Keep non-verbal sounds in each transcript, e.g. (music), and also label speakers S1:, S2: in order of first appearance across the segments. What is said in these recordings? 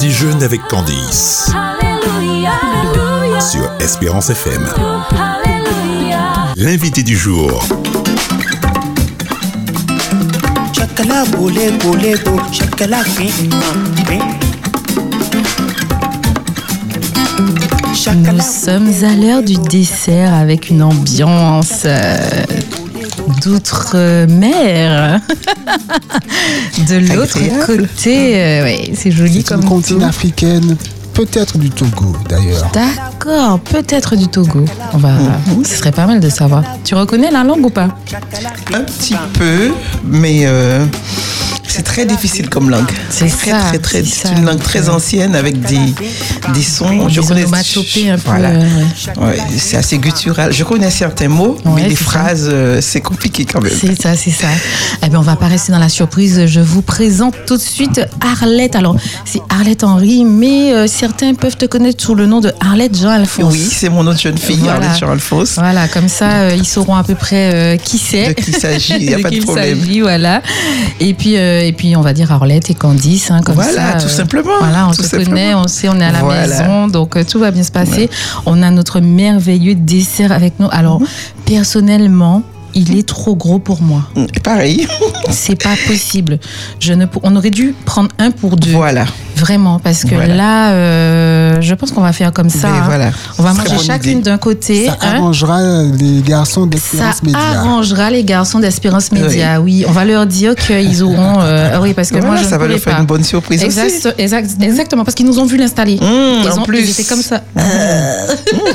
S1: Déjeune avec Candice sur Espérance FM. L'invité du jour.
S2: Chakala bole bole bo, chakala eh. fin fin.
S3: Nous sommes à l'heure du dessert avec une ambiance euh, d'outre-mer. (laughs) De l'autre
S4: Agréable.
S3: côté, euh, ouais, c'est joli
S4: C'est
S3: comme
S4: une comptine
S3: tout.
S4: africaine, peut-être du Togo d'ailleurs.
S3: D'accord, peut-être du Togo. On va, Ce serait pas mal de savoir. Tu reconnais la langue ou pas
S5: Un
S2: eh.
S5: petit peu, mais euh, c'est très difficile comme langue.
S3: C'est
S5: très,
S3: ça,
S5: très, très,
S3: c'est
S5: c'est
S3: ça.
S5: une langue très ancienne avec des, des sons.
S3: Des
S5: connais-
S3: onomatopées un peu,
S5: Voilà.
S3: euh,
S5: Ouais, c'est assez guttural. Je connais certains mots,
S3: Ouais,
S5: mais les
S3: c'est ça.
S5: phrases, euh, c'est compliqué quand même.
S3: C'est ça, c'est ça. Eh bien, on va pas rester dans la surprise. Je vous présente tout de suite Arlette. Alors, c'est Arlette Henry, mais euh, certains peuvent te connaître sous le nom de Arlette Jean-Alphonse.
S5: Oui, c'est mon autre jeune fille,
S3: Voilà.
S5: Arlette Jean-Alphonse,
S3: Voilà, comme ça, euh, ils sauront à peu près euh, qui c'est.
S5: de qui il s'agit, il n'y
S3: (laughs)
S5: a
S3: De
S5: pas
S3: qui
S5: de
S3: il
S5: problème.
S3: s'agit, voilà. Et puis, euh, et puis, on va dire Arlette et Candice, hein, comme ça.
S5: Voilà, tout simplement,
S3: Voilà, on
S5: tout
S3: se
S5: simplement.
S3: connaît, on sait, on est à la
S5: Voilà.
S3: maison, donc euh, tout va bien se passer. On a notre merveilleux dessert avec nous. Alors, personnellement, il est trop gros pour moi.
S5: Et Mm, Pareil,
S3: C'est pas possible. Je ne, pour- on aurait dû prendre un pour deux.
S5: (laughs) voilà.
S3: Vraiment, parce que
S5: Voilà.
S3: là, euh, je pense qu'on va faire comme ça.
S5: Mais
S3: hein.
S5: voilà.
S3: On va
S5: Très
S3: manger
S5: bonne
S3: chacune
S5: idée.
S3: d'un côté.
S4: Ça
S3: hein.
S4: arrangera les garçons
S3: Ça
S4: d'expérience média.
S3: arrangera les garçons d'Espérance Média. Oui. on va leur dire qu'ils auront. euh, ah oui, parce que moi,
S5: Voilà,
S3: je
S5: ça
S3: ne
S5: va
S3: voulais
S5: leur faire
S3: pas.
S5: une bonne surprise aussi. Mmh,
S3: Exact- exact- exactement, parce qu'ils nous ont vu l'installer. ils
S5: en
S3: ont,
S5: plus. Ah.
S3: ils étaient comme ça. (laughs)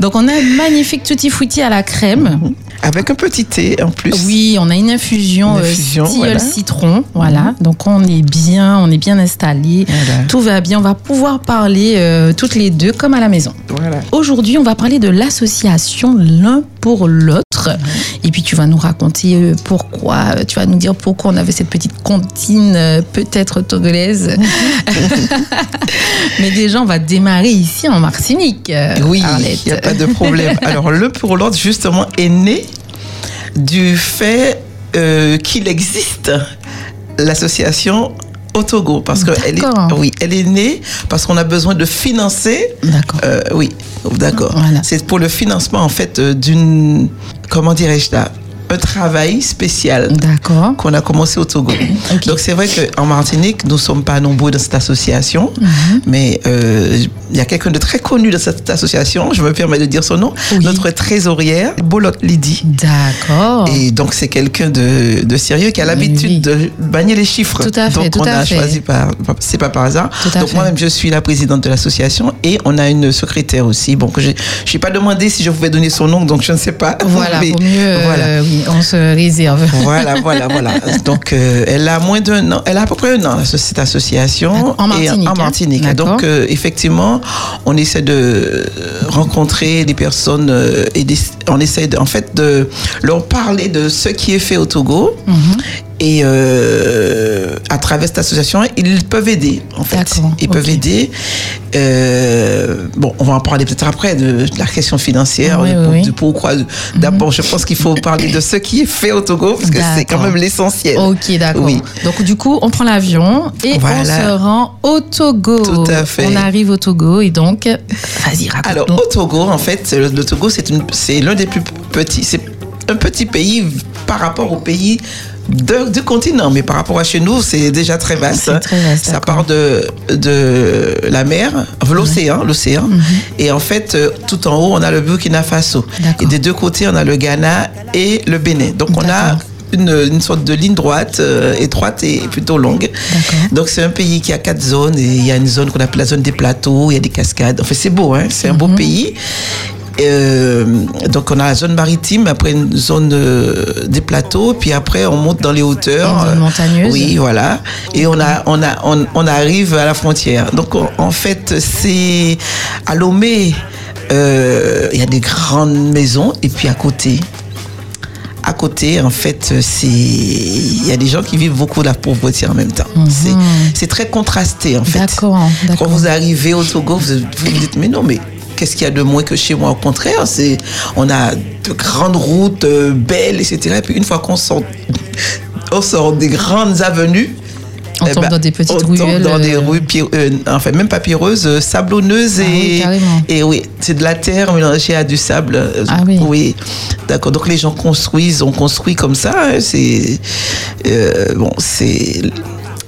S3: Donc, on a un magnifique tutti frutti à la crème.
S5: Avec un petit thé en Mmh, plus.
S3: Oui, on a une infusion,
S5: Une
S3: euh,
S5: infusion,
S3: tilleul
S5: voilà. Mmh.
S3: citron, voilà. Donc on est bien, on est bien installé,
S5: Voilà.
S3: tout va bien. On va pouvoir parler euh, toutes les deux comme à la maison.
S5: Voilà.
S3: Aujourd'hui, on va parler de l'association l'un pour l'autre. Et puis tu vas nous raconter euh, pourquoi, euh, tu vas nous dire pourquoi on avait cette petite comptine euh, peut-être togolaise.
S5: (laughs)
S3: Mais déjà, on va démarrer ici en Martinique. euh,
S5: Oui,
S3: Arlette.
S5: il n'y a pas
S3: (laughs)
S5: de problème. Alors, le pour l'autre, justement, est né du fait euh, qu'il existe l'association au Togo. Parce que elle est,
S3: D'accord.
S5: oui, elle est née parce qu'on a besoin de financer.
S3: D'accord.
S5: euh, oui, d'accord.
S3: Voilà.
S5: C'est pour le financement, en fait, euh, d'une. Comment dirais-je là Un travail spécial
S3: D'accord.
S5: qu'on a commencé au Togo. Donc c'est vrai qu'en Martinique, nous ne sommes pas nombreux dans cette association,
S3: Mhm.
S5: mais euh, il y a quelqu'un de très connu dans cette association, je me permets de dire son nom,
S3: Oui.
S5: notre trésorière, Bolot Lydie.
S3: D'accord.
S5: Et donc c'est quelqu'un de, de sérieux qui a l'habitude
S3: Oh. Oui.
S5: de manier les chiffres.
S3: Tout à fait,
S5: Donc
S3: tout
S5: on
S3: à
S5: a
S3: fait.
S5: choisi par, c'est pas par hasard.
S3: Tout à
S5: donc
S3: fait.
S5: moi-même je suis la présidente de l'association et on a une secrétaire aussi. Bon, que je n'ai pas demandé si je pouvais donner son nom, donc je ne sais pas.
S3: Voilà,
S5: (laughs) Mais
S3: pour mieux, euh,
S5: voilà.
S3: oui, on se réserve.
S5: Voilà, voilà, voilà. Donc, euh, elle a moins d'un an, elle a à peu près un an, ce- cette association.
S3: En
S5: et
S3: Martinique, hein.
S5: en Martinique.
S3: D'accord.
S5: Donc, euh, effectivement, on essaie de euh, rencontrer des personnes euh, et des- on essaie de- en fait de leur parler de ce qui est fait au Togo.
S3: Mm-hmm.
S5: Et euh, à travers cette association, ils peuvent aider, en fait.
S3: D'accord,
S5: Ils peuvent
S3: ok.
S5: aider. Euh, bon, on va en parler peut-être après de, de la question financière,
S3: Oui,
S5: de,
S3: oui, oui.
S5: de pourquoi. D'abord, je pense qu'il faut parler de ce qui est fait au Togo, parce que c'est
S3: D'accord.
S5: quand même l'essentiel.
S3: (laughs) Ok, d'accord.
S5: Oui.
S3: Donc, du coup, on prend l'avion et on
S5: Voilà.
S3: se rend au Togo.
S5: Tout à fait.
S3: On arrive au Togo et donc, vas-y, raconte-nous.
S5: Alors, au Togo, en fait, le, le Togo, c'est une- c'est l'un des plus petits. C'est un petit pays par rapport aux pays de- du continent, mais par rapport à chez nous, c'est déjà très vaste.
S3: C'est
S5: hein.
S3: très vaste,
S5: Ça
S3: d'accord.
S5: part de, de la mer, enfin, l'océan, l'océan.
S3: Mhm.
S5: Et en fait, euh, tout en haut, on a le Burkina Faso.
S3: D'accord.
S5: Et des deux côtés, on a le Ghana et le Bénin. Donc, on a
S3: D'accord.
S5: une, une sorte de ligne droite, euh, étroite et plutôt longue.
S3: D'accord.
S5: Donc c'est un pays qui a quatre zones et il y a une zone qu'on appelle la zone des plateaux, il y a des cascades. Enfin c'est beau, hein c'est un
S3: Mhm.
S5: beau pays. Euh, donc on a la zone maritime, après une zone euh, des plateaux, puis après on monte dans les hauteurs.
S3: Une zone
S5: Euh,
S3: montagneuse.
S5: Oui, voilà. Et on a, on a, on, on arrive à la frontière. Donc on- en fait c'est à Lomé, euh, il y a des grandes maisons et puis à côté, à côté, en fait, euh, c'est il y a des gens qui vivent beaucoup la pauvreté en même temps.
S3: Mhm.
S5: C'est- C'est très contrasté, en fait.
S3: D'accord, hein, d'accord.
S5: Quand vous arrivez au Togo, vous vous vous dites mais non, mais qu'est-ce qu'il y a de moins que chez moi Au contraire, c'est on a de grandes routes euh, belles, etc. Et puis une fois qu'on sort, on sort des grandes avenues.
S3: On
S5: eh
S3: tombe
S5: ben,
S3: dans des petites
S5: on
S3: ruelles.
S5: tombe dans des
S3: euh, Ah
S5: rues, pire- euh, enfin même pas pierreuses, euh, sablonneuses
S3: oui,
S5: et
S3: carrément.
S5: et oui, c'est de la terre mélangée à du sable. euh,
S3: Ah oui.
S5: d'accord. Donc les gens construisent, on construit comme ça. hein, c'est euh, bon, c'est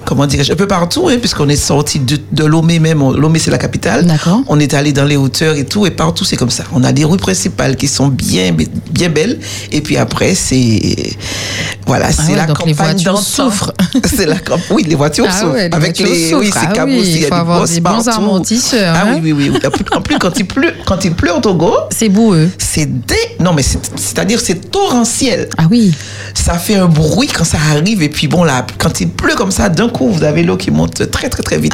S5: comment dire, un peu partout, hein, puisqu'on est sorti de, de Lomé même. on- Lomé c'est la capitale.
S3: D'accord.
S5: On est allé dans les hauteurs et tout, et partout c'est comme ça. On a des rues principales qui sont bien, bien belles, et puis après c'est voilà, c'est
S3: Ah ouais,
S5: la
S3: donc les
S5: campagne
S3: voitures
S5: d'antan.
S3: souffrent.
S5: (laughs) c'est la camp- oui, les voitures
S3: Ah
S5: souffrent.
S3: ouais, les
S5: Avec
S3: voitures
S5: les,
S3: souffrent.
S5: oui, c'est
S3: Ah
S5: cabossé,
S3: oui,
S5: il y a
S3: faut
S5: du
S3: avoir
S5: boss
S3: des bons
S5: partout.
S3: amortisseurs,
S5: Ah
S3: hein.
S5: oui, oui, oui. En plus- En plus, quand il pleut, quand il pleut au Togo,
S3: C'est boueux.
S5: c'est dé... non mais c'est- c'est-à-dire c'est torrentiel.
S3: Ah oui.
S5: Ça fait un bruit quand ça arrive et puis bon là, quand il pleut comme ça d'un coup, vous avez l'eau qui monte très très très vite.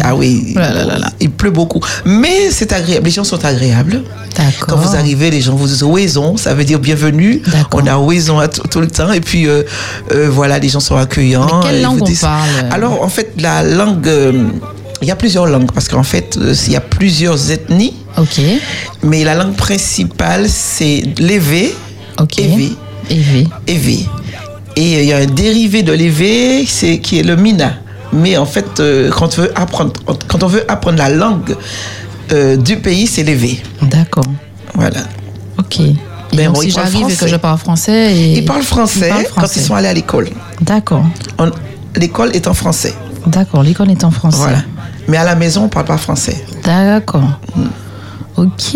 S3: Ah ouais.
S5: oui.
S3: Oh là là là là.
S5: Il pleut beaucoup, mais c'est agréable. Les gens sont agréables.
S3: D'accord.
S5: Quand vous arrivez, les gens vous disent Ouaison, ça veut dire bienvenue.
S3: D'accord.
S5: On a Ouaison à tout, tout le temps. Et puis, euh, euh, voilà, les gens sont accueillants. euh,
S3: Mais quelle
S5: Ils
S3: langue
S5: vous
S3: on parle euh?
S5: Alors, en fait, la langue, euh, il y a plusieurs langues parce qu'en fait, euh, il y a plusieurs ethnies.
S3: Ok.
S5: Mais la langue principale, c'est l'évé,
S3: Ok.
S5: évé,
S3: Évé.
S5: évé. Et euh, il y a un dérivé de l'évé, c'est qui est le mina. Mais en fait, euh, quand, on veut apprendre, quand on veut apprendre la langue euh, du pays, c'est l'évé.
S3: D'accord.
S5: Voilà.
S3: Ok. Et
S5: Ben
S3: donc,
S5: bon,
S3: si
S5: ils parlent
S3: j'arrive et que
S5: français.
S3: je parle français. Et...
S5: Ils parlent français,
S3: Ils parlent
S5: quand ils sont allés à l'école.
S3: D'accord.
S5: On- L'école est en français.
S3: D'accord. L'école est en français.
S5: Voilà. Mais à la maison, on ne parle pas français.
S3: D'accord. Ok.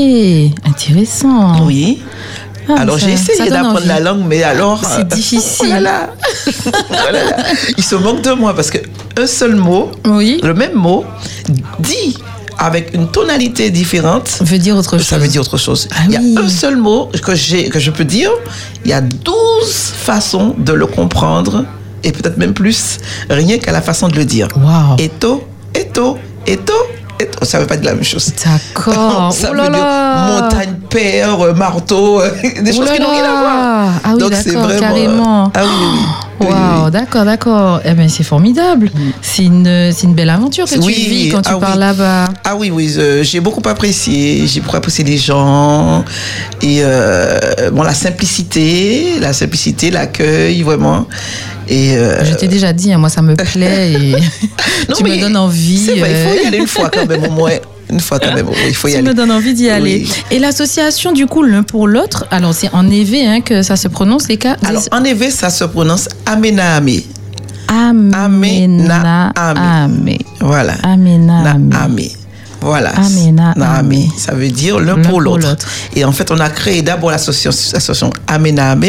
S3: Intéressant.
S5: Oui.
S3: Ah, mais
S5: alors
S3: Oh. ça-
S5: j'ai
S3: ça
S5: essayé
S3: donne
S5: d'apprendre
S3: envie.
S5: la langue, mais alors.
S3: C'est
S5: euh,
S3: difficile.
S5: Oh
S3: (laughs)
S5: là là. Oh là là. Il se manque de moi parce que un seul mot,
S3: Oui.
S5: le même mot, dit avec une tonalité différente,
S3: Veut dire autre chose.
S5: ça veut dire autre chose.
S3: Ah
S5: il y a
S3: oui.
S5: un seul mot que, j'ai, que je peux dire, il y a 12 façons de le comprendre, et peut-être même plus, rien qu'à la façon de le dire.
S3: Waouh.
S5: Eto, eto, eto, eto. Ça veut pas dire la même chose.
S3: D'accord.
S5: (laughs) ça
S3: Oh
S5: veut
S3: là
S5: dire
S3: là.
S5: montagne, père, euh, marteau, euh, (laughs) des
S3: Oh
S5: choses
S3: là
S5: qui n'ont rien à voir.
S3: là. Ah oui,
S5: Donc, c'est
S3: d'accord,
S5: vraiment, euh,
S3: carrément.
S5: Ah oui, oui, oui. Oui, oui,
S3: (gasps) Waouh,
S5: oui.
S3: d'accord, d'accord. Eh ben, c'est formidable. C'est une, c'est une belle aventure que
S5: Oui,
S3: tu vis quand tu
S5: ah oui.
S3: pars là-bas.
S5: Ah oui, oui, euh, j'ai beaucoup apprécié. J'ai beaucoup apprécié les gens. Et euh, bon, la simplicité, la simplicité, l'accueil, vraiment. Et, euh,
S3: Je t'ai déjà dit, hein, moi, ça me plaît
S5: (laughs)
S3: et
S5: non,
S3: tu
S5: mais
S3: me donnes envie.
S5: c'est vrai, il
S3: euh,
S5: faut y aller une fois quand même, au moins. Une fois quand même, oui, il faut
S3: (laughs)
S5: y
S3: Ça
S5: aller.
S3: me donne envie d'y aller.
S5: Oui.
S3: Et l'association, du coup, l'un pour l'autre, alors c'est en évé hein, que ça se prononce, les cas.
S5: Alors, en effet, ça se prononce Amenaame.
S3: Amena.
S5: Amena-
S3: Amé.
S5: Voilà.
S3: Amena. Amé.
S5: Naami. Voilà.
S3: Amena- Ami.
S5: Naami. Ça veut dire l'un
S3: L'un pour
S5: pour l'autre.
S3: l'autre.
S5: Et en fait, on a créé d'abord l'association l'association Amenaame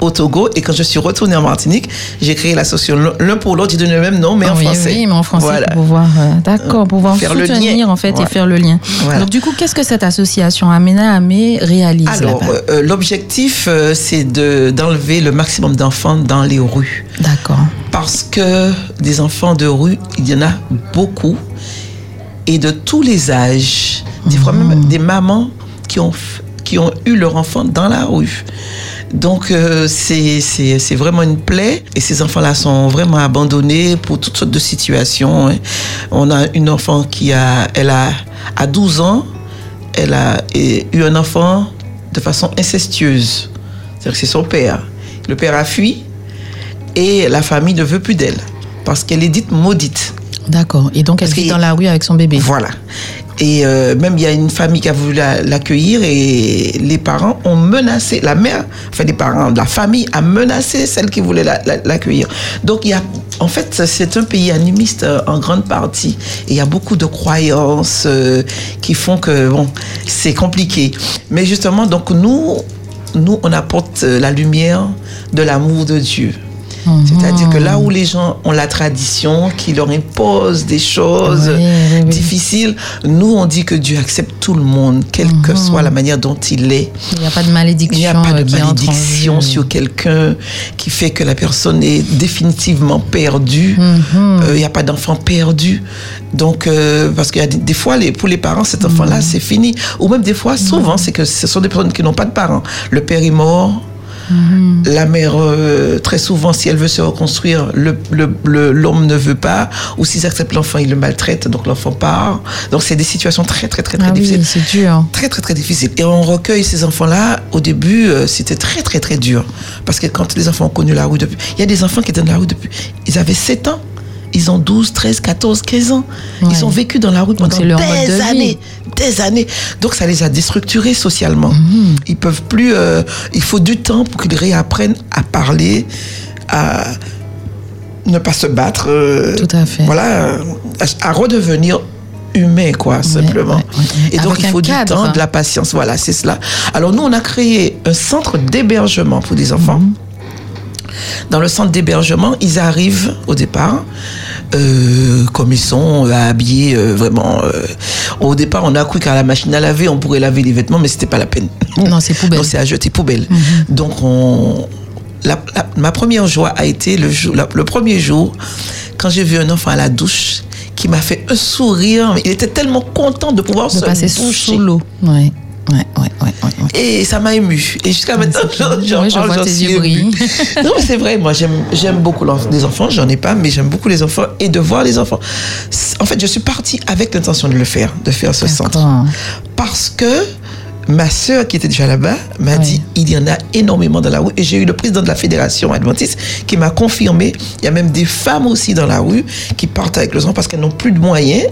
S5: au Togo. Et quand je suis retournée en Martinique, j'ai créé l'association l'un- l'un pour l'autre. J'ai donné le même nom, mais en
S3: oui,
S5: français.
S3: oui, mais en français
S5: Voilà.
S3: pour pouvoir, euh, d'accord, pour pouvoir
S5: Faire le
S3: soutenir
S5: lien.
S3: en fait
S5: Voilà.
S3: et faire le lien.
S5: Voilà.
S3: Donc du coup, qu'est-ce que cette association Amena Amé réalise
S5: Alors,
S3: là-bas
S5: euh, euh, l'objectif, euh, c'est de- d'enlever le maximum d'enfants dans les rues.
S3: D'accord.
S5: Parce que des enfants de rue, il y en a beaucoup. Et de tous les âges. Des fois même des mamans qui ont, f- qui ont eu leur enfant dans la rue. Donc euh, c'est- c'est c'est vraiment une plaie. Et ces enfants-là sont vraiment abandonnés pour toutes sortes de situations. hein. On a une enfant qui a, elle a, à 12 ans, elle a eh, eu un enfant de façon incestueuse. C'est-à-dire que c'est son père. Le père a fui et la famille ne veut plus d'elle parce qu'elle est dite maudite.
S3: D'accord. Et donc elle
S5: Parce
S3: vit
S5: qu'il-
S3: dans la rue avec son bébé.
S5: Voilà. Et euh, même il y a une famille qui a voulu la- l'accueillir et les parents ont menacé, la mère, enfin les parents, la famille a menacé celle qui voulait la- la- l'accueillir. Donc il y a, en fait, c'est un pays animiste euh, en grande partie. Et il y a beaucoup de croyances euh, qui font que, bon, c'est compliqué. Mais justement, donc nous, nous, on apporte euh, la lumière de l'amour de Dieu. C'est-à-dire que là où les gens ont la tradition, qui leur impose des choses
S3: Oui, oui, oui.
S5: difficiles, nous on dit que Dieu accepte tout le monde, quelle que soit la manière dont il est.
S3: Il n'y a pas de
S5: Il n'y
S3: malédiction.
S5: a pas
S3: euh,
S5: de
S3: qui entre en
S5: malédiction
S3: jeu.
S5: sur quelqu'un qui fait que la personne est définitivement perdue.
S3: Mhm.
S5: Euh, Il n'y a pas d'enfant perdu. Donc, euh, parce qu'il y a des, des fois, les, pour les parents, cet enfant-là,
S3: Mhm.
S5: c'est fini. Ou même des fois, souvent, c'est que ce sont des personnes qui n'ont pas de parents. Le père est mort.
S3: Mhm.
S5: La mère, euh, très souvent, si elle veut se reconstruire, l'homme le, le- l'homme ne veut pas. Ou s'ils acceptent l'enfant, ils le maltraitent, donc l'enfant part. Donc, c'est des situations très, très, très, très
S3: Ah
S5: difficiles
S3: oui, c'est dur.
S5: très très très difficile. Et on recueille ces enfants-là. Au début, euh, c'était très très très dur. Parce que quand les enfants ont connu la rue depuis... Il y a des enfants qui étaient dans la rue depuis... Ils avaient 7 ans. ils ont 12, 13, 14, 15 ans.
S3: Ouais.
S5: Ils ont vécu dans la rue
S3: Donc,
S5: pendant
S3: c'est leur mode de
S5: des
S3: vie.
S5: années. Des années. Donc ça les a déstructurés socialement.
S3: Mhm.
S5: Ils peuvent plus. euh, il faut du temps pour qu'ils réapprennent à parler, à ne pas se battre. euh,
S3: Tout à fait.
S5: Voilà, euh, à, à redevenir humain, quoi, simplement.
S3: ouais, ouais.
S5: Et donc,
S3: Avec
S5: il
S3: un
S5: faut
S3: cadre.
S5: du temps, de la patience. Voilà, c'est cela. Alors, nous, on a créé un centre d'hébergement pour des enfants.
S3: Mhm.
S5: Dans le centre d'hébergement, ils arrivent au départ, euh, comme ils sont euh, habillés euh, vraiment. euh, au départ, on a cru qu'à la machine à laver, on pourrait laver les vêtements, mais c'était pas la peine.
S3: Non, c'est poubelle. Mhm.
S5: Non, c'est à jeter poubelle. Donc, on... la- la- ma première joie a été le, jour- la- le premier jour quand j'ai vu un enfant à la douche qui m'a fait un sourire. Il était tellement content de pouvoir
S3: de
S5: se
S3: passer sous,
S5: doucher.
S3: sous l'eau. Ouais, ouais, ouais, ouais, ouais, ouais.
S5: Et ça m'a ému. Et
S3: Ah,
S5: jusqu'à maintenant, j'en- j'en
S3: Oui, je
S5: parle,
S3: vois
S5: j'en
S3: tes
S5: suis
S3: yeux
S5: émue.
S3: briller.
S5: non, mais c'est vrai. Moi, j'aime, j'aime beaucoup l'enf- les enfants. J'en ai pas, mais j'aime beaucoup les enfants et de voir les enfants. C'est- En fait, je suis partie avec l'intention de le faire, de faire ce centre
S3: D'accord.
S5: parce que ma sœur qui était déjà là-bas m'a
S3: Oui.
S5: dit il y en a énormément dans la rue et j'ai eu le président de la fédération adventiste qui m'a confirmé il y a même des femmes aussi dans la rue qui partent avec leurs enfants parce qu'elles n'ont plus de moyens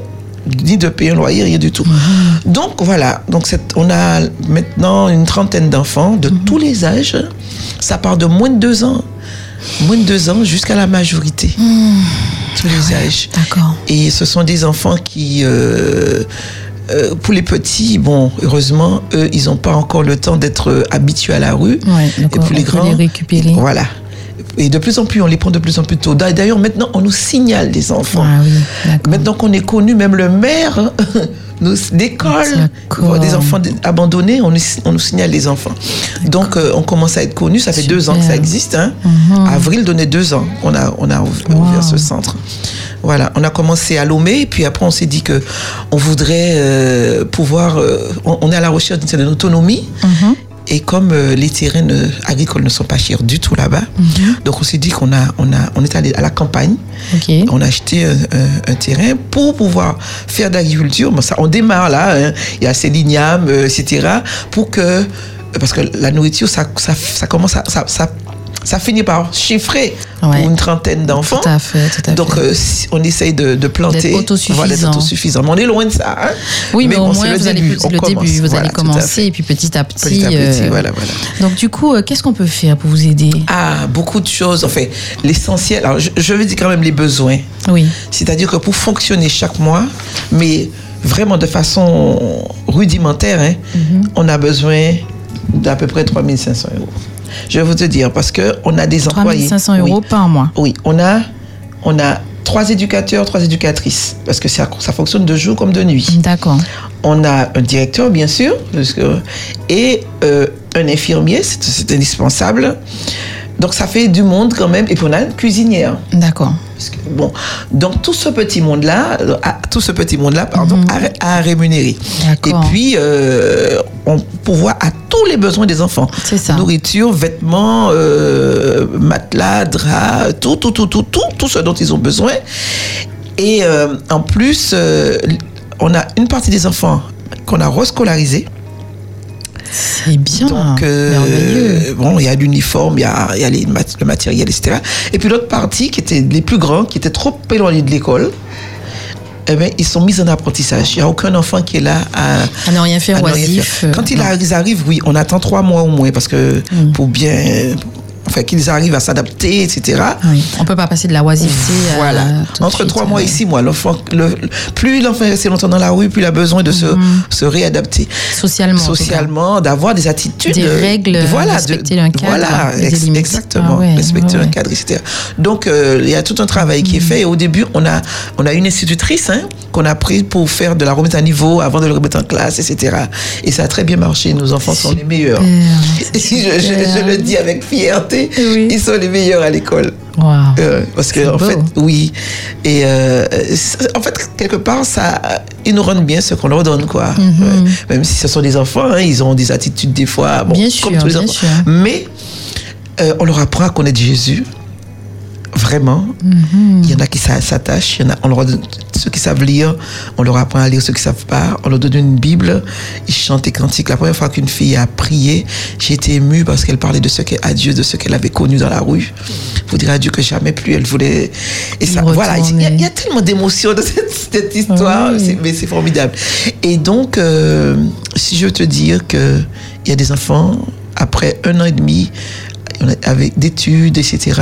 S5: ni de payer un loyer rien du tout donc voilà donc cette- on a maintenant une trentaine d'enfants de tous les âges ça part de moins de deux ans moins de deux ans jusqu'à la majorité tous les âges
S3: D'accord.
S5: et ce sont des enfants qui, euh, euh, pour les petits, bon, heureusement, eux, ils n'ont pas encore le temps d'être euh, habitués à la rue.
S3: Ouais, donc on- on peut les récupérer.
S5: Voilà. Et de plus en plus, on les prend de plus en plus tôt. D'a- D'ailleurs, maintenant, on nous signale des enfants.
S3: Ah oui, d'accord.
S5: Maintenant qu'on est connu, même le maire (laughs) hein, nous- d'école,
S3: D'accord.
S5: voit des enfants d- abandonnés, on, nous si- on nous signale les enfants. Donc euh, on commence à être connu, ça fait deux ans que ça
S3: Super.
S5: existe. hein. Avril donnait deux ans, on a, on a ouv-
S3: Wow.
S5: ouvert ce centre. Voilà, on a commencé à Lomé, et puis après on s'est dit que on voudrait euh, pouvoir, euh, on, on est à la recherche d'une certaine autonomie. Et comme euh, les terrains ne- agricoles ne sont pas chers du tout là-bas, donc on s'est dit qu'on a, on a, on est allé à la campagne.
S3: Ok.
S5: On a acheté un, un- un terrain pour pouvoir faire de l'agriculture. Bon, ça, on démarre là. hein. Il y a ces lignames, euh, etc. Pour que, euh, parce que la nourriture, ça, ça, ça commence, à, ça, ça, ça finit par chiffrer
S3: Ouais.
S5: pour une trentaine d'enfants.
S3: Tout à fait, tout à fait.
S5: Donc, euh, si- on essaye de, de planter.
S3: autosuffisant.
S5: Voilà, d'être autosuffisant. Mais on est loin de ça. hein.
S3: Oui, mais,
S5: bon,
S3: au
S5: c'est
S3: moins,
S5: le
S3: vous allez,
S5: début.
S3: c'est
S5: On
S3: le
S5: commence.
S3: début, vous
S5: Voilà,
S3: allez
S5: tout à fait.
S3: commencer, et puis petit à petit.
S5: Petit à petit,
S3: euh,
S5: voilà, voilà.
S3: Donc, du coup, euh, qu'est-ce qu'on peut faire pour vous aider
S5: Ah, beaucoup de choses. Enfin, l'essentiel. Alors, je, je veux dire quand même les besoins.
S3: Oui.
S5: C'est-à-dire que pour fonctionner chaque mois, mais vraiment de façon rudimentaire, hein, on a besoin d'à peu près 3500 euros. Je vais vous te dire, parce qu'on a des employés.
S3: 3500 euros
S5: Oui. Oh.
S3: par mois.
S5: Oui, on a, on a trois éducateurs, trois éducatrices, parce que ça, ça fonctionne de jour comme de nuit.
S3: D'accord.
S5: On a un directeur, bien sûr, parce que- et euh, un infirmier, c'est c'est indispensable. Donc ça fait du monde quand même, et puis on a une cuisinière.
S3: D'accord.
S5: Parce que, bon, donc tout ce petit monde là, tout ce petit monde là, pardon, à ré- à, rémunérer. Et
S3: Mhm. D'accord.
S5: puis euh, on pourvoit à tous les besoins des enfants.
S3: C'est ça.
S5: Nourriture, vêtements, euh, matelas, draps, tout, tout, tout, tout, tout, tout ce dont ils ont besoin. Et euh, en plus, euh, on a une partie des enfants qu'on a rescolarisés.
S3: C'est bien.
S5: Donc, euh,
S3: Ah, merveilleux.
S5: bon, il y a l'uniforme, il y a, il y a les mat- le matériel, etc. Et puis l'autre partie, qui était les plus grands, qui étaient trop éloignés de l'école, eh ben, ils sont mis en apprentissage. Il n'y a aucun enfant qui est là à.
S3: À ne rien
S5: à
S3: faire
S5: ne rien
S3: oisif.
S5: faire.
S3: euh,
S5: Quand ils
S3: non. Mm.
S5: arri- ils arrivent, oui, on attend trois mois au moins, parce que pour bien. Enfin, qu'ils arrivent à s'adapter, etc.
S3: Oui. On peut pas passer de la oisiveté. à-
S5: Voilà.
S3: tout de
S5: Entre
S3: suite,
S5: trois
S3: euh,
S5: mois et six mois, l'enfant, le, le- plus l'enfant est resté longtemps dans la rue, plus il a besoin de se,
S3: Mm.
S5: se réadapter
S3: Socialement. en tout cas.
S5: socialement, d'avoir des attitudes,
S3: Des
S5: euh,
S3: règles,
S5: voilà,
S3: respecter un cadre,
S5: voilà,
S3: des
S5: ex-
S3: limites.
S5: exactement,
S3: Ah ouais,
S5: respecter
S3: ouais, Mhm.
S5: un
S3: ouais.
S5: cadre, etc. Donc euh, il y a tout un travail qui est fait. Et au début, on a on a une institutrice hein, qu'on a prise pour faire de la remise à niveau avant de le remettre en classe, etc. Et ça a très bien marché. Nos enfants sont les meilleurs. (laughs) je, je- je le dis avec fierté,
S3: Oui.
S5: ils sont les meilleurs à l'école.
S3: Waouh.
S5: Euh, parce que
S3: Ah, C'est
S5: en
S3: beau.
S5: fait, oui. Et euh, c'est- en fait, quelque part, ça, ils nous rendent bien ce qu'on leur donne, quoi.
S3: Mhm.
S5: Ouais. Même si ce sont des enfants, hein, ils ont des attitudes des fois, bon,
S3: Bien
S5: comme
S3: sûr,
S5: tous les
S3: bien
S5: enfants.
S3: sûr.
S5: Mais euh, on leur apprend à connaître Jésus. Vraiment, il y en a qui s'a- s'attachent, il y en a, on leur donne Ceux qui savent lire, on leur apprend à lire. Ceux qui savent pas, on leur donne une Bible. Ils chantent des cantiques. La première fois qu'une fille a prié, j'ai été émue parce qu'elle parlait de ce qu'est à Dieu, de ce qu'elle avait connu dans la rue. Vous direz à Dieu que jamais plus elle voulait. Et ça,
S3: Retourner.
S5: voilà. Il y, a- il y a tellement d'émotions dans cette, cette histoire,
S3: Oui.
S5: c'est- mais c'est formidable. Et donc, euh, si je veux te dire que il y a des enfants après un an et demi on a- avec d'études, etc.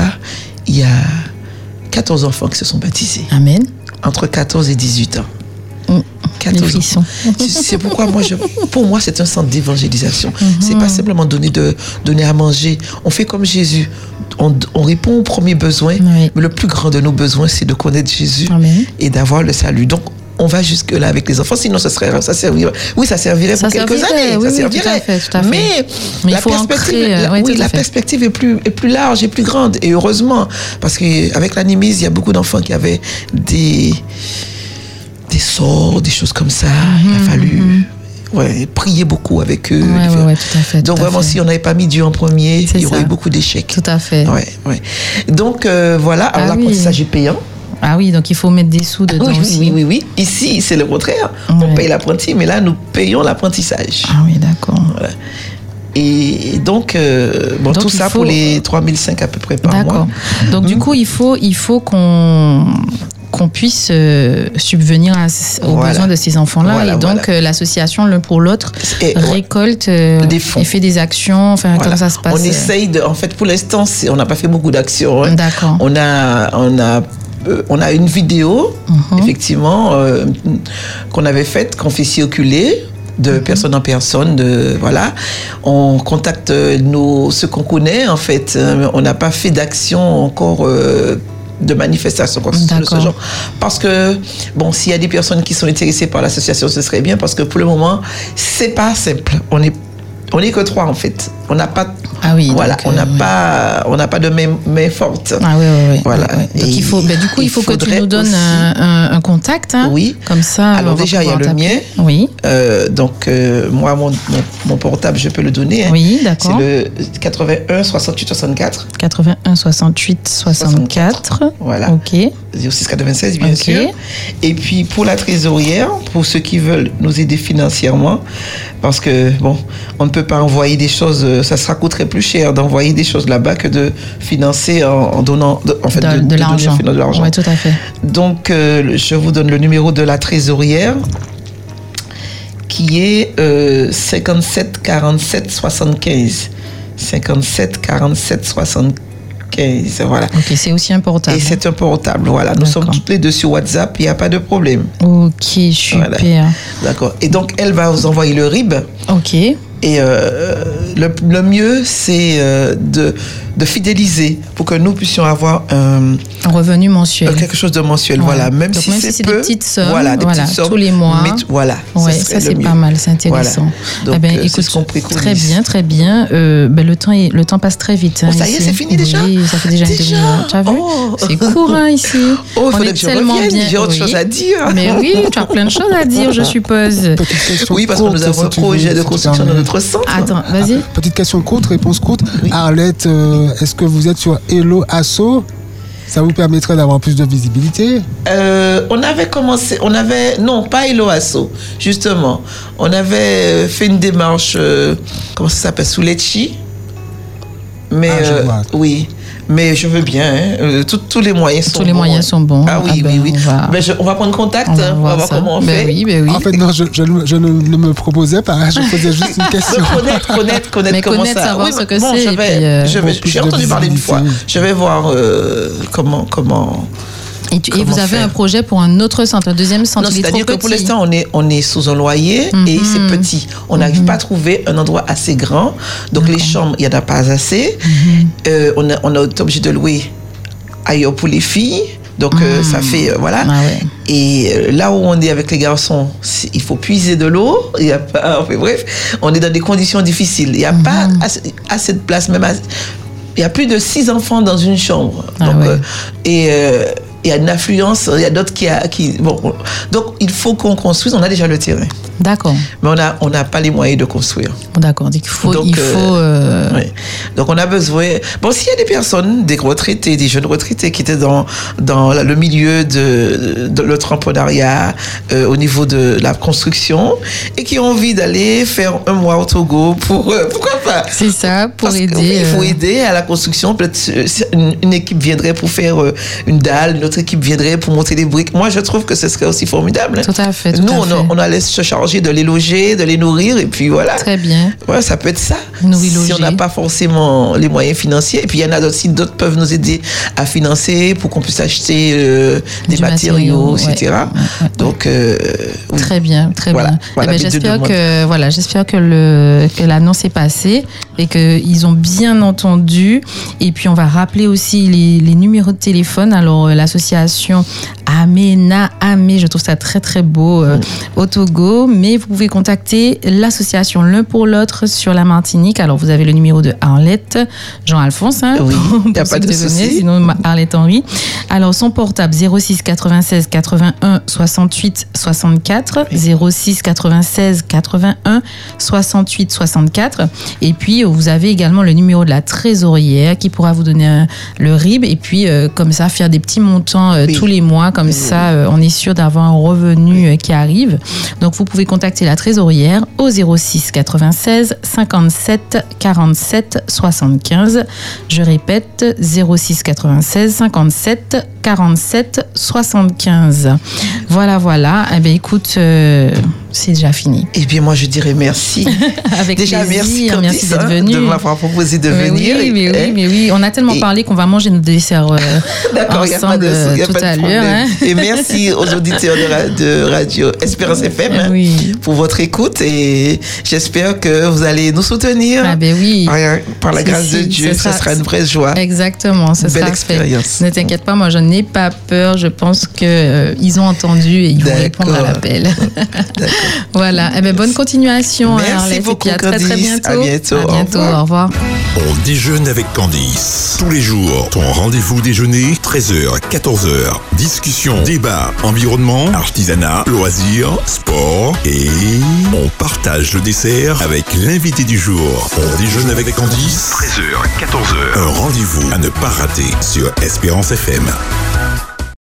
S5: Il y a 14 enfants qui se sont baptisés
S3: Amen.
S5: entre 14 et 18 ans.
S3: Mm. Les
S5: 14
S3: frissons.
S5: ans. C'est- C'est pourquoi moi, je, pour moi, c'est un centre d'évangélisation. C'est
S3: Mm-hmm.
S5: pas simplement donner de donner à manger. On fait comme Jésus. On, on répond aux premiers besoins.
S3: Oui.
S5: Mais le plus grand de nos besoins, c'est de connaître Jésus
S3: Amen.
S5: et d'avoir le salut. Donc, on va jusque là avec les enfants. Sinon, ça serait, ça servirait. Oui, ça servirait
S3: Ça
S5: pour quelques
S3: servirait,
S5: années.
S3: oui,
S5: ça
S3: oui, tout à
S5: servirait.
S3: fait, tout à fait.
S5: Mais,
S3: Mais il
S5: la
S3: faut
S5: perspective,
S3: ancrer, euh,
S5: la-
S3: ouais,
S5: oui,
S3: tout à
S5: la
S3: fait.
S5: perspective est plus, est plus large et plus grande. Et heureusement, parce qu'avec l'anémie, il y a beaucoup d'enfants qui avaient des, des sorts, des choses comme ça. Il a fallu ouais, prier beaucoup avec eux.
S3: Mhm, Ouais, ouais, ouais, tout à fait,
S5: Donc
S3: tout à
S5: vraiment,
S3: fait.
S5: si on n'avait pas mis Dieu en premier,
S3: C'est
S5: il y aurait
S3: ça.
S5: eu beaucoup d'échecs.
S3: Tout à fait.
S5: Ouais, ouais. Donc euh, voilà, alors
S3: Ah oui.
S5: l'apprentissage est payant.
S3: Ah oui, donc il faut mettre des sous dedans
S5: Oui, oui,
S3: aussi.
S5: oui, oui, oui. Ici, c'est le contraire.
S3: Ouais.
S5: On paye l'apprenti, mais là, nous payons l'apprentissage.
S3: Ah oui, d'accord.
S5: Voilà. Et donc, euh, bon,
S3: Donc,
S5: tout
S3: il
S5: ça
S3: faut-
S5: pour les 3005 à peu près par mois.
S3: D'accord. Donc
S5: Hmm.
S3: du coup, il faut, il faut qu'on qu'on puisse euh, subvenir à ce- aux
S5: Voilà.
S3: besoins de ces enfants-là.
S5: Voilà,
S3: et donc,
S5: voilà.
S3: euh, l'association, l'un pour l'autre,
S5: Et-
S3: récolte euh,
S5: Des fonds.
S3: et fait des actions. Enfin,
S5: Voilà.
S3: comment ça se passe
S5: On
S3: euh,
S5: essaye de. En fait, pour l'instant, c'est- on n'a pas fait beaucoup d'actions. hein.
S3: D'accord.
S5: On a, on a, euh, on a une vidéo,
S3: Mhm.
S5: effectivement, euh, qu'on avait faite, qu'on fait circuler de
S3: Mhm.
S5: personne en personne. De, voilà. On contacte euh, nos, ceux qu'on connaît, en fait. Euh, On n'a pas fait d'action encore. euh, de manifestation, quoi que ce soit de ce
S3: D'accord.
S5: genre. Parce que, bon, s'il y a des personnes qui sont intéressées par l'association, ce serait bien, parce que pour le moment, c'est pas simple. On est, on est que trois, en fait. On n'a pas.
S3: Ah oui,
S5: Voilà,
S3: donc,
S5: on n'a
S3: euh, ouais.
S5: pas, on n'a pas de main, main forte.
S3: Ah oui, oui, oui.
S5: Voilà.
S3: Ouais, ouais. Donc,
S5: Et
S3: il faut, ben, du coup, il
S5: il
S3: faut que tu
S5: faudrait
S3: nous donnes
S5: aussi-
S3: un, un- un contact. hein.
S5: Oui.
S3: Comme ça.
S5: Alors
S3: on va
S5: déjà, il y a
S3: pouvoir
S5: le
S3: t'appeler.
S5: mien.
S3: Oui.
S5: Euh, donc, euh, moi, mon, mon, mon portable, je peux le donner. hein.
S3: Oui, d'accord.
S5: C'est le 81 68 64
S3: 81 68 64.
S5: Voilà.
S3: Ok.
S5: 06 96, bien
S3: Ok.
S5: sûr. Et puis, pour la trésorière, pour ceux qui veulent nous aider financièrement, parce que, bon, on ne peut pas envoyer des choses, euh, ça sera coûterait plus cher d'envoyer des choses là-bas que de financer en, en donnant, de- en fait,
S3: de,
S5: de,
S3: de
S5: de donner
S3: l'argent.
S5: de l'argent.
S3: Oui, tout à fait.
S5: Donc, euh, je vous donne le numéro de la trésorière qui est euh, 57 47 75. 57 47 75. Voilà.
S3: Ok, c'est aussi un portable.
S5: Et c'est un portable. Voilà. Nous sommes
S3: D'accord.
S5: toutes les deux sur WhatsApp. Il n'y a pas de problème.
S3: Ok, super.
S5: Voilà. D'accord. Et donc, elle va vous envoyer le RIB.
S3: hein. Ok.
S5: Et euh, le, le mieux, c'est euh, de, de fidéliser pour que nous puissions avoir un,
S3: Un revenu mensuel.
S5: Euh, quelque chose de mensuel,
S3: Ouais.
S5: voilà. Même
S3: Donc,
S5: si
S3: même
S5: c'est
S3: si c'est des
S5: peu,
S3: petites sommes,
S5: voilà, des
S3: voilà,
S5: petites sommes,
S3: tous les mois.
S5: mais tu- voilà,
S3: Ouais,
S5: ce
S3: ça
S5: serait le
S3: c'est
S5: mieux.
S3: pas mal, c'est
S5: Voilà.
S3: intéressant.
S5: Donc,
S3: Ah ben,
S5: euh, c'est
S3: écoute,
S5: ce qu'on préconise.
S3: très bien, très bien. Euh, ben, le temps est, le temps passe très vite. hein,
S5: Oh, ça y est,
S3: ici.
S5: c'est fini déjà
S3: Oui, ça fait déjà, une
S5: Déjà
S3: demi-heure. Tu as vu
S5: (laughs) Oh.
S3: C'est court hein, ici.
S5: Oh, il
S3: On
S5: faudrait
S3: est
S5: que je
S3: tellement
S5: revienne,
S3: bien.
S5: j'ai autre chose à dire.
S3: Mais oui, tu as plein de choses à dire, je suppose.
S5: (laughs)
S4: Petite question
S5: Oui, parce que
S4: courte,
S5: nous avons
S4: si
S5: un
S4: tu veux,
S5: projet de
S4: si tu
S5: construction de
S4: permets.
S5: notre centre.
S3: Attends, vas-y.
S4: Petite question courte, réponse courte. Arlette, euh, est-ce que vous êtes sur Hello Asso Ça vous permettrait d'avoir plus de visibilité
S5: Euh, on avait commencé, on avait, non, pas Eloasso, justement. On avait euh, fait une démarche, euh, comment ça s'appelle, sous Lecci. Mais,
S4: Ah, je
S5: euh,
S4: vois.
S5: oui. Mais je veux bien, hein, euh, tout- tous les moyens sont
S3: Tous les
S5: bons,
S3: moyens
S5: hein.
S3: sont bons.
S5: Ah oui,
S3: Ah
S5: oui,
S3: ben,
S5: oui.
S3: on va-
S5: Ben, je- on va prendre contact, hein, on va voir,
S3: ça.
S5: comment on
S3: Ben
S5: fait.
S3: oui, ben oui.
S4: En fait, non, je, je ne- je ne, ne me proposais pas. Je posais juste
S5: (laughs)
S4: une question.
S5: Donc, (laughs) connaître, connaître,
S3: (laughs)
S5: connaître
S3: Mais
S5: comment
S3: connaître,
S5: ça.
S3: savoir ce
S5: mais
S3: que
S5: bon,
S3: c'est,
S5: je
S3: et
S5: vais-
S3: puis, euh,
S5: je vais-
S4: Beaucoup
S5: J'ai
S4: de
S5: entendu parler une fois.
S4: visibilité.
S5: Je vais voir euh, comment, comment.
S3: Et, tu- et
S5: Comment
S3: vous avez
S5: faire
S3: un projet pour un autre centre, un deuxième centre.
S5: Non,
S3: il est
S5: c'est-à-dire que
S3: trop
S5: pour
S3: petit. Mhm.
S5: l'instant, on est, on est sous un loyer et c'est petit. On n'arrive pas à trouver un endroit assez grand. Donc, les chambres, il n'y en a pas assez.
S3: Mhm.
S5: Euh, on, a, on a été obligé de louer ailleurs pour les filles. Donc, euh, ça fait. euh, voilà.
S3: Mhm. Ah ouais.
S5: Et euh, là où on est avec les garçons, c'est- il faut puiser de l'eau. Il y a pas, (laughs) enfin, bref, on est dans des conditions difficiles. Il n'y a pas
S3: Mhm.
S5: assez, assez de place, même. à- il y a plus de six enfants dans une chambre.
S3: Ah
S5: Donc,
S3: ouais.
S5: euh, et, euh, il y a une affluence, il y a d'autres qui, a- qui. Bon, donc il faut qu'on construise, on a déjà le terrain.
S3: D'accord.
S5: Mais on n'a on n'a pas les moyens de construire.
S3: Bon, d'accord. Donc, il faut.
S5: Donc,
S3: il
S5: euh,
S3: faut euh,
S5: Oui. Donc on a besoin. Bon, s'il y a des personnes, des retraités, des jeunes retraités qui étaient dans dans la- le milieu de, de l'entrepreneuriat, euh, au niveau de la construction, et qui ont envie d'aller faire un mois au Togo pour euh, pourquoi pas
S3: C'est ça, pour
S5: Parce que,
S3: aider.
S5: oui, il faut
S3: euh,
S5: aider à la construction. Peut-être euh, une, une équipe viendrait pour faire euh, une dalle, une autre équipe viendrait pour monter des briques. Moi, je trouve que ce serait aussi formidable. hein.
S3: Tout à fait. tout
S5: Nous,
S3: à
S5: on,
S3: fait.
S5: on allait se charger de les loger, de les nourrir, et puis voilà.
S3: Très bien.
S5: Ouais, ça peut être ça.
S3: Nourrir,
S5: si
S3: loger.
S5: on n'a pas forcément les moyens financiers. Et puis il y en a d'autres, si d'autres peuvent nous aider à financer pour qu'on puisse acheter euh, des
S3: Du
S5: matériaux,
S3: matériau, ouais.
S5: etc. Donc, euh, oui.
S3: Très bien, très
S5: Voilà,
S3: bien.
S5: voilà,
S3: Eh ben,
S5: les deux
S3: j'espère
S5: demandes.
S3: que voilà, j'espère que le que l'annonce est passée et que ils ont bien entendu. Et puis on va rappeler aussi les, les numéros de téléphone. Alors euh, l'association Amena Amé, je trouve ça très très beau euh, au Togo. Mais vous pouvez contacter l'association l'un pour l'autre sur la Martinique. Alors vous avez le numéro de Arlette Jean-Alphonse. Hein, (laughs)
S5: Oui,
S3: pour-
S5: y
S3: pour
S5: a pas
S3: ceux
S5: de
S3: qui connaissent,
S5: souci.
S3: sinon ma- Arlette Henry. Alors, son portable 06 96 81 68 64, 06 96 81 68 64. Et puis, euh, vous avez également le numéro de la trésorière qui pourra vous donner euh, le RIB. Et puis, euh, comme ça, faire des petits montants euh,
S5: Oui.
S3: tous les mois. Comme ça, euh, on est sûr d'avoir un revenu euh, qui arrive. Donc, vous pouvez contacter la trésorière au 06 96 57 47 75. Je répète, 06 96 57 47 75. Voilà, voilà. Eh bien, écoute, euh, c'est déjà
S5: (laughs)
S3: fini.
S5: Eh bien, moi, je dirais merci.
S3: (laughs) Avec
S5: Déjà, merci,
S3: plaisir,
S5: Candice,
S3: merci d'être
S5: hein,
S3: venu.
S5: de m'avoir proposé de
S3: Mais
S5: venir.
S3: oui, mais
S5: Eh,
S3: oui, mais oui, on a tellement
S5: Et-
S3: parlé qu'on va manger nos desserts
S5: (laughs)
S3: euh,
S5: D'accord, il n'y a pas
S3: ensemble
S5: de,
S3: euh,
S5: y a
S3: tout
S5: pas de
S3: à l'heure. hein.
S5: problème. Et merci aux auditeurs de, ra- de Radio Espérance FM hein,
S3: Oui.
S5: pour votre écoute et j'espère que vous allez nous soutenir.
S3: Ah ben oui.
S5: Par, par la
S3: Si,
S5: grâce de
S3: si,
S5: Dieu,
S3: ce
S5: ce sera,
S3: sera
S5: une vraie joie.
S3: Exactement, ce
S5: Belle
S3: sera
S5: expérience.
S3: fait. Ne t'inquiète pas, moi je n'ai pas peur. Je pense que euh, ils ont entendu et ils vont
S5: D'accord.
S3: répondre à l'appel. (laughs) voilà. Eh ben bonne continuation,
S5: Merci
S3: Arlette. Et
S5: beaucoup,
S3: puis à très très
S5: Candice.
S3: bientôt.
S5: À bientôt. Au
S3: À bientôt.
S5: revoir.
S3: Au revoir.
S1: On déjeune avec Candice. Tous les jours, ton rendez-vous déjeuner, 13h, 14h. Discussion, débat, environnement, artisanat, loisirs, sport et on partage le dessert avec l'invité du jour. On déjeune avec Candice, 13h, 14h. Un rendez-vous à ne pas rater sur Espérance FM.